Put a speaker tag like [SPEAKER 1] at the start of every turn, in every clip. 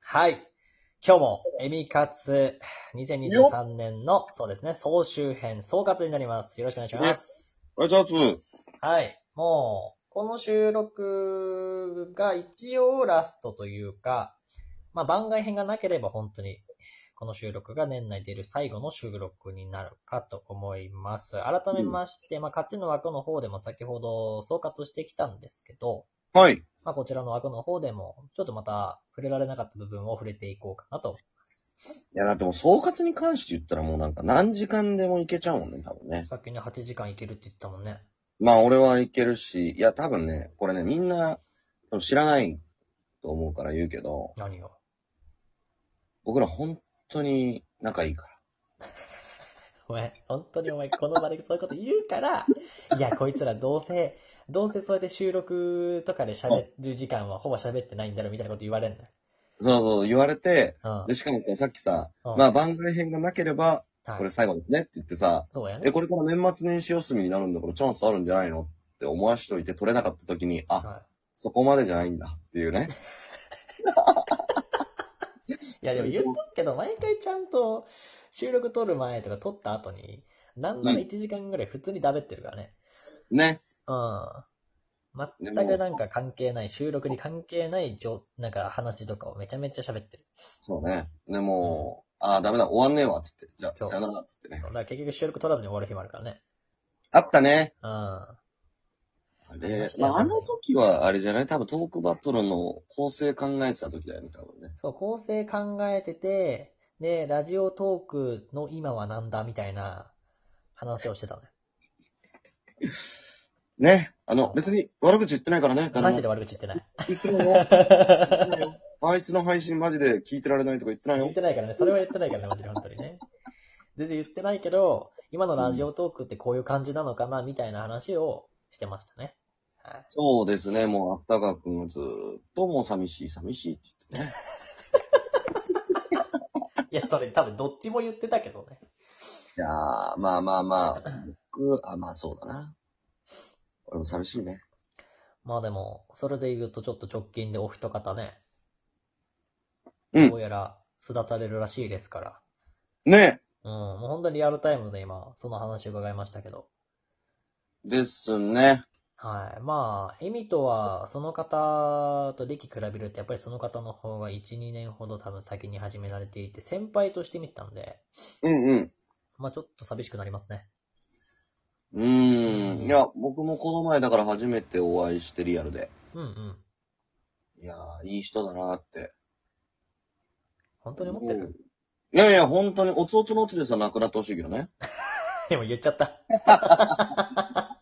[SPEAKER 1] はい。今日も、エミカツ2023年の、そうですね、総集編、総括になります。よろしくお願いします。
[SPEAKER 2] おはようございます。
[SPEAKER 1] はい。もう、この収録が一応ラストというか、まあ番外編がなければ本当に、この収録が年内出る最後の収録になるかと思います。改めまして、まあ勝ちの枠の方でも先ほど総括してきたんですけど、
[SPEAKER 2] はい。
[SPEAKER 1] まあ、こちらの枠の方でも、ちょっとまた触れられなかった部分を触れていこうかなと。
[SPEAKER 2] いや、だってもう総括に関して言ったらもうなんか何時間でもいけちゃうもんね、多分ね。
[SPEAKER 1] さっきね、8時間いけるって言ってたもんね。
[SPEAKER 2] まあ俺はいけるし、いや多分ね、これね、みんな多分知らないと思うから言うけど、
[SPEAKER 1] 何を。
[SPEAKER 2] 僕ら本当に仲いいか
[SPEAKER 1] お前、本当にお前、この場でそういうこと言う から、いや、こいつらどうせ、どうせそうやって収録とかで喋る時間はほぼ喋ってないんだろ、みたいなこと言われんだよ。
[SPEAKER 2] ら。そうそう、言われて、
[SPEAKER 1] うん。
[SPEAKER 2] で、しかもこうさっきさ、
[SPEAKER 1] うん
[SPEAKER 2] まあ番外編がなければ、
[SPEAKER 1] はい
[SPEAKER 2] これ最後ですねって言ってさ、
[SPEAKER 1] そうや
[SPEAKER 2] え、
[SPEAKER 1] ね。
[SPEAKER 2] これから年末年始休みになるんだからチャンスあるんじゃないのって思わしといて取れなかった時に、あ、
[SPEAKER 1] は
[SPEAKER 2] そこまでじゃないんだっていうね。
[SPEAKER 1] い、いや、でも言っとくけど、毎回ちゃんと収録撮る前とか撮った後に、なんなら1時間ぐらい普通にダベってるからね。
[SPEAKER 2] ね。
[SPEAKER 1] うん。全くなんか関係ない、収録に関係ないじょ、なんか話とかをめちゃめちゃ喋ってる。
[SPEAKER 2] そうね。でも、ああ、ダメだ、終わんねえわ、つって。じゃ
[SPEAKER 1] そ
[SPEAKER 2] あ、
[SPEAKER 1] う
[SPEAKER 2] さよなら、つってね。
[SPEAKER 1] そうだから結局収録取らずに終わる日もあるからね。
[SPEAKER 2] あったね。
[SPEAKER 1] うん。
[SPEAKER 2] あ
[SPEAKER 1] りま
[SPEAKER 2] れ
[SPEAKER 1] し、たよ
[SPEAKER 2] まあ、あの時は、あれじゃない多分トークバトルの構成考えてた時だよね、多分ね。
[SPEAKER 1] そう、構成考えてて、で、ラジオトークの今はなんだみたいな話をしてたのよ。
[SPEAKER 2] ね。あの、別に悪口言ってないからね、
[SPEAKER 1] マジで
[SPEAKER 2] も。
[SPEAKER 1] 悪口言ってない。
[SPEAKER 2] 言ってないよ。 あいつの配信マジで聞いてられないとか言ってない
[SPEAKER 1] 言っ
[SPEAKER 2] よ。
[SPEAKER 1] てないからね。それは言ってないからね、マジで本当にね。全然言ってないけど、今のラジオトークってこういう感じなのかなみたいな話をしてましたね。はい。
[SPEAKER 2] そうですね、もう、あったかくんがずーっともう寂しい、寂しいって言ってね。
[SPEAKER 1] いや、それ多分どっちも言ってたけどね。
[SPEAKER 2] いやー、まあまあまあ、僕、あ、まあそうだな。俺も寂しいね。
[SPEAKER 1] まあでも、それで言うとちょっと直近でお一方ね、
[SPEAKER 2] うん
[SPEAKER 1] どうやら巣立たれるらしいですから。
[SPEAKER 2] ね。
[SPEAKER 1] うん、もう本当にリアルタイムで今、その話伺いましたけど。
[SPEAKER 2] ですね。
[SPEAKER 1] はい。まあ、エミとは、その方と歴比べると、やっぱりその方の方が1、2年ほど多分先に始められていて、先輩として見たんで、
[SPEAKER 2] うんうん。
[SPEAKER 1] まあちょっと寂しくなりますね。
[SPEAKER 2] うーん。いや、僕もこの前だから初めてお会いしてリアルで。
[SPEAKER 1] うんうん。
[SPEAKER 2] いやー、いい人だなーって。
[SPEAKER 1] 本当に思ってる、
[SPEAKER 2] いやいや、本当に、おつおつのおつでさ、なくなってほしいけどね。
[SPEAKER 1] でも言っちゃった。
[SPEAKER 2] あ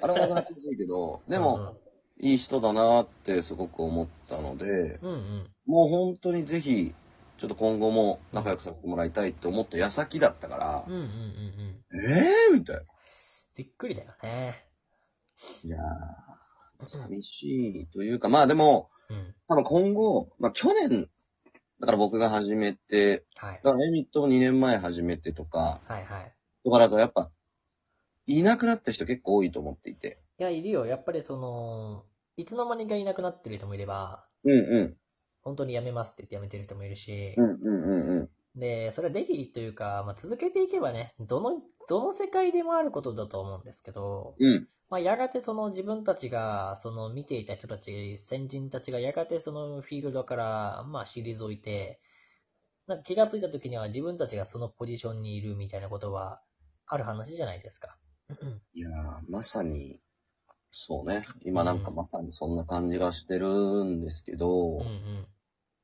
[SPEAKER 2] れはなくなってほしいけ ど、で
[SPEAKER 1] う
[SPEAKER 2] も、
[SPEAKER 1] ん
[SPEAKER 2] いい人だなーってすごく思ったので、
[SPEAKER 1] うん、うんうん。
[SPEAKER 2] もう本当にぜひ、ちょっと今後も仲良くさせてもらいたいって思った矢先だったから
[SPEAKER 1] うん、うんうんうん。
[SPEAKER 2] えーみたいな。
[SPEAKER 1] びっくりだよね。
[SPEAKER 2] いやー、寂しいというか、まあでも、
[SPEAKER 1] うん。
[SPEAKER 2] 多分今後、まあ去年、だから僕が始めて、
[SPEAKER 1] はい。
[SPEAKER 2] だから、エミットも2年前始めてとか、
[SPEAKER 1] はいはい。
[SPEAKER 2] とかだとやっぱ、いなくなった人結構多いと思っていて。
[SPEAKER 1] いや、いるよ。やっぱりその、いつの間にかいなくなってる人もいれば、
[SPEAKER 2] うんう
[SPEAKER 1] 本当に辞めますって言って辞めてる人もいるし、
[SPEAKER 2] ん。うんうんうんうん。
[SPEAKER 1] で、それは歴というか、まあ、続けていけばね、どの、どの世界でもあることだと思うんですけど、
[SPEAKER 2] うん。
[SPEAKER 1] まあ、やがてその自分たちが、その見ていた人たち、先人たちがやがてそのフィールドから、まあ、退いて、なんか気がついた時には自分たちがそのポジションにいるみたいなことは、ある話じゃないですか。
[SPEAKER 2] いやー、まさに、そうね。今なんかまさにそんな感じがしてるんですけ
[SPEAKER 1] う
[SPEAKER 2] ど、
[SPEAKER 1] んうん。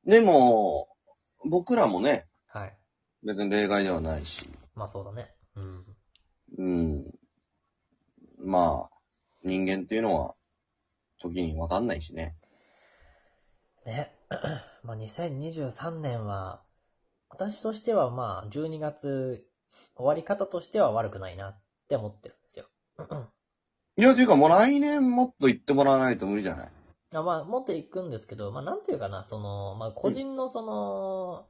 [SPEAKER 2] でも、僕らもね、
[SPEAKER 1] はい。
[SPEAKER 2] 別に例外ではないし、
[SPEAKER 1] まあそうだね。うん。
[SPEAKER 2] うん。まあ、人間っていうのは、時にわかんないしね。
[SPEAKER 1] ね。 まあ2023年は、私としてはまあ12月終わり方としては悪くないなって思ってるんですよ。
[SPEAKER 2] いや、というかもう来年もっと言ってもらわないと無理じゃない
[SPEAKER 1] あまあもっと行くんですけど、まあなんていうかな、その、まあ個人のその、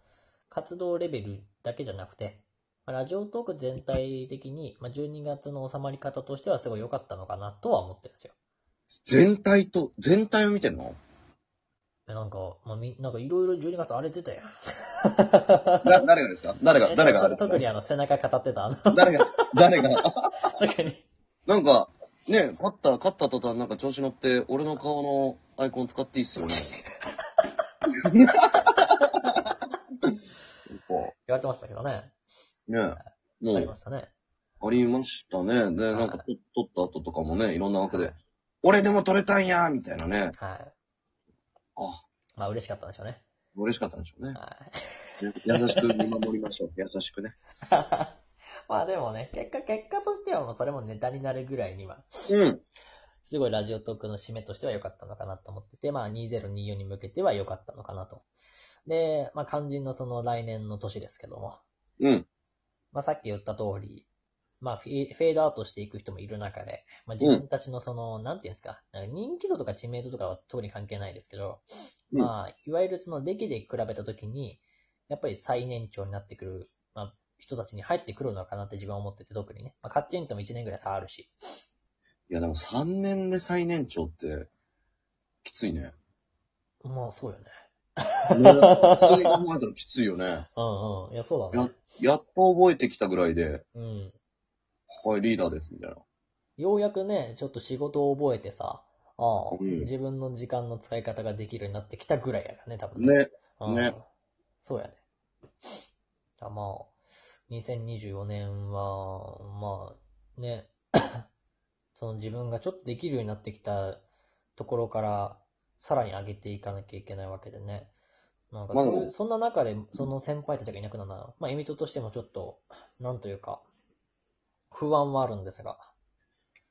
[SPEAKER 1] 活動レベルだけじゃなくて、まあラジオトーク全体的に、まあ、12月の収まり方としてはすごい良かったのかなとは思ってるんですよ。
[SPEAKER 2] 全体と、全体を見てんの
[SPEAKER 1] えなんか、まあ、み、なんかいろいろ12月荒れてたよ。
[SPEAKER 2] だ、誰がですか誰が、誰があ
[SPEAKER 1] え
[SPEAKER 2] れ
[SPEAKER 1] 特にあの、背中語ってた、あの、
[SPEAKER 2] 誰が、誰が、
[SPEAKER 1] 中に。
[SPEAKER 2] なんか、ね、勝った、勝った途端なんか調子乗って、俺の顔のアイコン使っていいっすよ ね。こ
[SPEAKER 1] 言われてましたけどね。
[SPEAKER 2] うね、も
[SPEAKER 1] あり
[SPEAKER 2] う
[SPEAKER 1] ま、したね。
[SPEAKER 2] ありましたね。で、なんか
[SPEAKER 1] は
[SPEAKER 2] と、撮った後とかもね、いろんな枠で、俺でも撮れたんやみたいなね。
[SPEAKER 1] はい。
[SPEAKER 2] あ、
[SPEAKER 1] まあ、嬉しかったんでしょうね。
[SPEAKER 2] 嬉しかったんでしょうね。
[SPEAKER 1] はい。
[SPEAKER 2] 優しく見守りましょう。優しくね。
[SPEAKER 1] まあでもね、結果、結果としてはもうそれもネタになるぐらいには、
[SPEAKER 2] うん。
[SPEAKER 1] すごいラジオトークの締めとしては良かったのかなと思ってて、まあ2024に向けては良かったのかなと。で、まあ肝心のその来年の年ですけども、
[SPEAKER 2] うん。
[SPEAKER 1] まあさっき言った通り、まあフェフェードアウトしていく人もいる中で、まあ自分たちのその、なんていうんですか、なんか人気度とか知名度とかは特に関係ないですけど、
[SPEAKER 2] うん
[SPEAKER 1] まあ、いわゆるその歴で比べたときに、やっぱり最年長になってくる、まあ人たちに入ってくるのかなって自分は思ってて、特にね。まあカッチンとも1年ぐらい差あるし。
[SPEAKER 2] いや、でも3年で最年長って、きついね。
[SPEAKER 1] まあそうよね。
[SPEAKER 2] ね、それ考えたらきついよね。
[SPEAKER 1] うんうん。いや、そうだね。
[SPEAKER 2] やっと覚えてきたぐらいで、
[SPEAKER 1] うん。
[SPEAKER 2] はい、リーダーです、みたいな。
[SPEAKER 1] ようやくね、ちょっと仕事を覚えてさ、ああ
[SPEAKER 2] うん
[SPEAKER 1] 自分の時間の使い方ができるようになってきたぐらいやからね、多分。
[SPEAKER 2] ね。
[SPEAKER 1] うん
[SPEAKER 2] ね
[SPEAKER 1] そうやね。あまあ、2024年は、まあ、ね、 その自分がちょっとできるようになってきたところから、さらに上げていかなきゃいけないわけでね。なんか
[SPEAKER 2] まあ
[SPEAKER 1] そういう
[SPEAKER 2] でも
[SPEAKER 1] そんな中で、その先輩たちがいなくなるのは、まあ、エミトとしてもちょっと、なんというか、不安はあるんですが。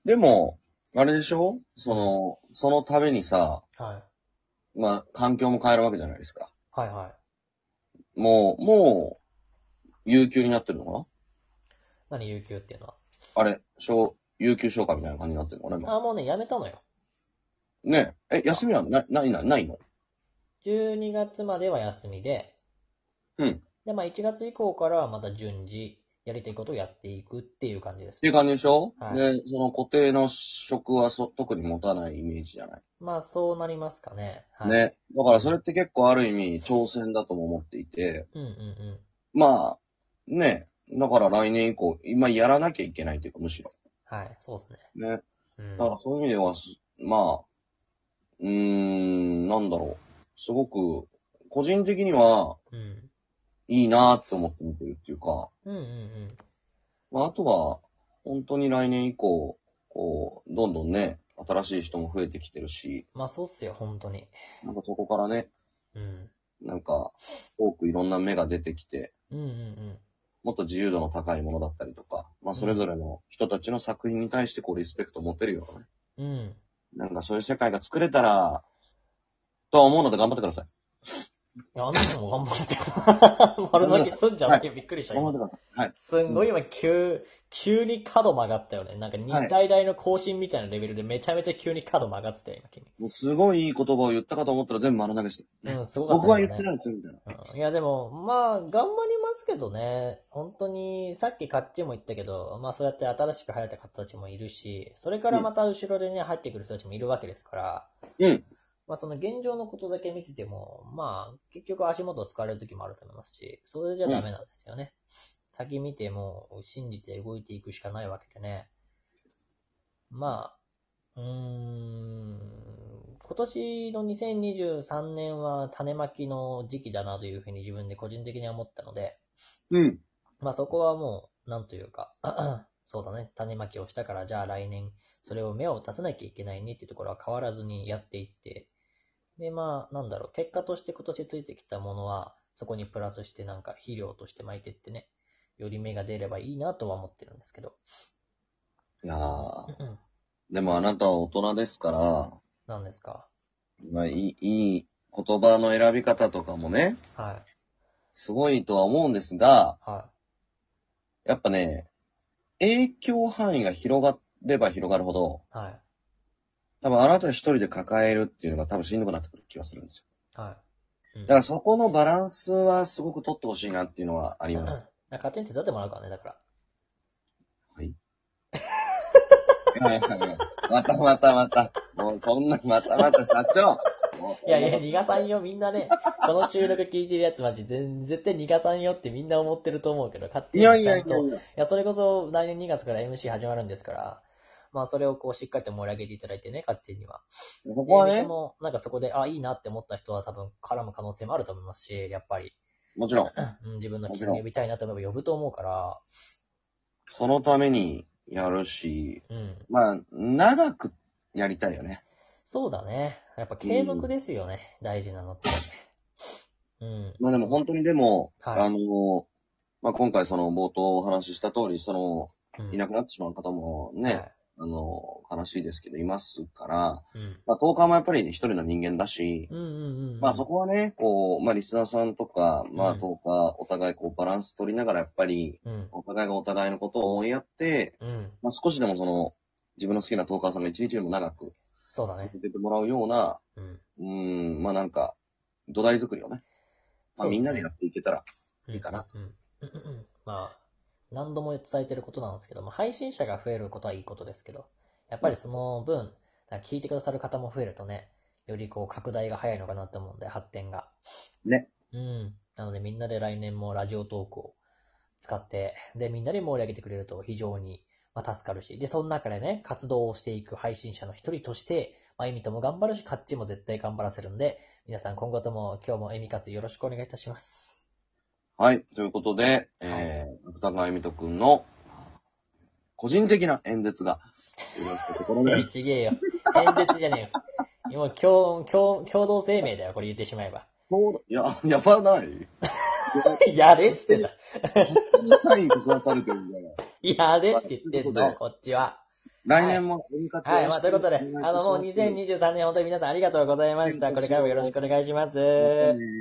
[SPEAKER 2] でも、あれでしょその、そのためにさ、
[SPEAKER 1] はい。
[SPEAKER 2] まあ、環境も変えるわけじゃないですか。
[SPEAKER 1] はいはい。
[SPEAKER 2] もう、もう、有給になってるのか
[SPEAKER 1] 何、有給っていうのは。
[SPEAKER 2] なあれ、小、有給消化みたいな感じになってるのかな今
[SPEAKER 1] あ、もうね、やめたのよ。
[SPEAKER 2] ねえ、え、休みはな、ない、ない、ないの
[SPEAKER 1] 12月までは休みで、
[SPEAKER 2] うん。
[SPEAKER 1] で、まあ1月以降からはまた順次、やりたいことをやっていくっていう感じです
[SPEAKER 2] ってい。う感じでしょ、
[SPEAKER 1] はい
[SPEAKER 2] で、その固定の職はそ、特に持たないイメージじゃない、
[SPEAKER 1] まあそうなりますかね。はい。。
[SPEAKER 2] ね。だからそれって結構ある意味挑戦だとも思っていて、
[SPEAKER 1] うんうんうん。
[SPEAKER 2] まあ、ねだから来年以降、今やらなきゃいけないというか、むしろ。
[SPEAKER 1] はい、そうですね。
[SPEAKER 2] ね。
[SPEAKER 1] うん
[SPEAKER 2] だ。からそういう意味では、すまあ、うーん、なんだろう。すごく、個人的には、
[SPEAKER 1] うん。
[SPEAKER 2] いいなって思って見てるっていうか、
[SPEAKER 1] うんうんうん。
[SPEAKER 2] まあ、あとは、本当に来年以降、こう、どんどんね、新しい人も増えてきてるし、
[SPEAKER 1] まあそうっすよ、本当に。
[SPEAKER 2] なんかそこからね、
[SPEAKER 1] うん。
[SPEAKER 2] なんか、多くいろんな目が出てきて、
[SPEAKER 1] うんうんうん。
[SPEAKER 2] もっと自由度の高いものだったりとか、まあ、それぞれの人たちの作品に対して、こう、リスペクトを持てるようなね、
[SPEAKER 1] うん。
[SPEAKER 2] なんかそういう世界が作れたら、とは思うので頑張ってください。
[SPEAKER 1] いや、あの人も頑張って る。丸投げすんじゃん、い、びっくりした。
[SPEAKER 2] 頑張
[SPEAKER 1] 今
[SPEAKER 2] ってください。はい。
[SPEAKER 1] すんごい今急、急に角曲がったよね。なんか日体大の更新みたいなレベルでめちゃめちゃ急に角曲がってたよ、今君。
[SPEAKER 2] もうすごいいい言葉を言ったかと思ったら全部丸投げして。
[SPEAKER 1] うん、すごかった、ね。
[SPEAKER 2] 僕は言ってないですよ、みたいな。
[SPEAKER 1] うんいや、でも、まあ、頑張りますけどね。本当に、さっきカッチンも言ったけど、まあ、そうやって新しく入った方たちもいるし、それからまた後ろでね、入ってくる人たちもいるわけですから、
[SPEAKER 2] うん。
[SPEAKER 1] まあ、その現状のことだけ見てても、まあ、結局足元を使われる時もあると思いますし、それじゃダメなんですよね。先見てもう、信じて動いていくしかないわけでね。まあ、うーん、今年の2023年は種まきの時期だなというふうに自分で個人的には思ったので、
[SPEAKER 2] うん。
[SPEAKER 1] まあそこはもう、なんというか、 そうだね、種まきをしたから、じゃあ来年、それを芽を出さなきゃいけないねっていうところは変わらずにやっていって、で、まあ、なんだろう、結果として今年ついてきたものは、そこにプラスしてなんか肥料として巻いてってね、より芽が出ればいいなとは思ってるんですけど。
[SPEAKER 2] いやー、
[SPEAKER 1] うん
[SPEAKER 2] でもあなたは大人ですから、
[SPEAKER 1] なんですか
[SPEAKER 2] まあ、いい、いい言葉の選び方とかもね、
[SPEAKER 1] はい、
[SPEAKER 2] すごいとは思うんですが、
[SPEAKER 1] は
[SPEAKER 2] やっぱね、影響範囲が広がれば広がるほど、
[SPEAKER 1] い、はい、
[SPEAKER 2] 多分あなた一人で抱えるっていうのが多分しんどくなってくる気がするんですよ。
[SPEAKER 1] はい。うん
[SPEAKER 2] だからそこのバランスはすごく取ってほしいなっていうのはあ ります。
[SPEAKER 1] うんカチンって出てもらうからね、だから。
[SPEAKER 2] はい。いやいやいやまたまたまた。もうそんな、またまた社長。
[SPEAKER 1] いやいや、逃がさんよ、みんなね。この収録聞いてるやつマジ、全絶対逃がさんよってみんな思ってると思うけど、勝手
[SPEAKER 2] い
[SPEAKER 1] にちゃ
[SPEAKER 2] や
[SPEAKER 1] んと。
[SPEAKER 2] いやいやいや。
[SPEAKER 1] いや、それこそ来年2月から MC 始まるんですから、まあそれをこうしっかりと盛り上げていただいてね、勝手には。
[SPEAKER 2] ここは
[SPEAKER 1] で
[SPEAKER 2] ね
[SPEAKER 1] そ、のなんかそこで、あ、いいなって思った人は多分絡む可能性もあると思いますし、やっぱり、
[SPEAKER 2] もちろん、
[SPEAKER 1] うん、自分の絆呼びたいなと思えば呼ぶと思うから、
[SPEAKER 2] そのためにやるし、
[SPEAKER 1] うん。
[SPEAKER 2] まあ、長くやりたいよね。
[SPEAKER 1] そうだね。やっぱ継続ですよね、大事なの って。うん。
[SPEAKER 2] まあでも本当にでも、
[SPEAKER 1] はい
[SPEAKER 2] あの、まあ今回その冒頭お話しした通り、その、
[SPEAKER 1] うん、
[SPEAKER 2] いなくなってしまう方もね、
[SPEAKER 1] はい
[SPEAKER 2] あの、悲しいですけど、いますから、
[SPEAKER 1] うん。
[SPEAKER 2] まあ10日もやっぱり一人の人間だし、
[SPEAKER 1] うんうんうん。
[SPEAKER 2] まあそこはね、こう、まあリスナーさんとか、まあ
[SPEAKER 1] うん
[SPEAKER 2] 10日お互いこうバランス取りながらやっぱり、
[SPEAKER 1] うん。
[SPEAKER 2] お互いがお互いのことを思いやって、
[SPEAKER 1] うん。
[SPEAKER 2] まあ少しでもその、自分の好きな10日さんが一日でも長く
[SPEAKER 1] そうだ
[SPEAKER 2] 続
[SPEAKER 1] ね。
[SPEAKER 2] けてもらうような、
[SPEAKER 1] うん。
[SPEAKER 2] うーん、まあなんか、土台作りをね、まあみんなでやっていけたら、
[SPEAKER 1] い
[SPEAKER 2] いかな。
[SPEAKER 1] うんうんうんうんまあ、何度も伝えてることなんですけども、配信者が増えることはいいことですけど、やっぱりその分、なんか聞いてくださる方も増えるとね、よりこう拡大が早いのかなと思うんで、発展が。
[SPEAKER 2] ね。
[SPEAKER 1] うん。なのでみんなで来年もラジオトークを使って、で、みんなで盛り上げてくれると非常に、まあ、助かるし、で、その中でね、活動をしていく配信者の一人として、まあ、エミとも頑張るし、カッチも絶対頑張らせるんで、皆さん今後とも今日もエミ活よろしくお願いいたします。
[SPEAKER 2] はい、ということで、えー、芥川由美人くんの、個人的な演説が、よろしくところ
[SPEAKER 1] いや、
[SPEAKER 2] で、
[SPEAKER 1] ちげえよ。演説じゃねえよ。もう共共共同声明だよ、これ言ってしまえば。
[SPEAKER 2] そういや、やばない。
[SPEAKER 1] やれっつってんだ。
[SPEAKER 2] サインくだされてるんだよ。
[SPEAKER 1] やれって言ってん
[SPEAKER 2] はい
[SPEAKER 1] の、こっちは。
[SPEAKER 2] 来年も演説
[SPEAKER 1] はい、まあ、ということで、あの、もう
[SPEAKER 2] 2020
[SPEAKER 1] 2023年、本当に皆さんありがとうございました。これからもよろしくお願いします。
[SPEAKER 2] 年。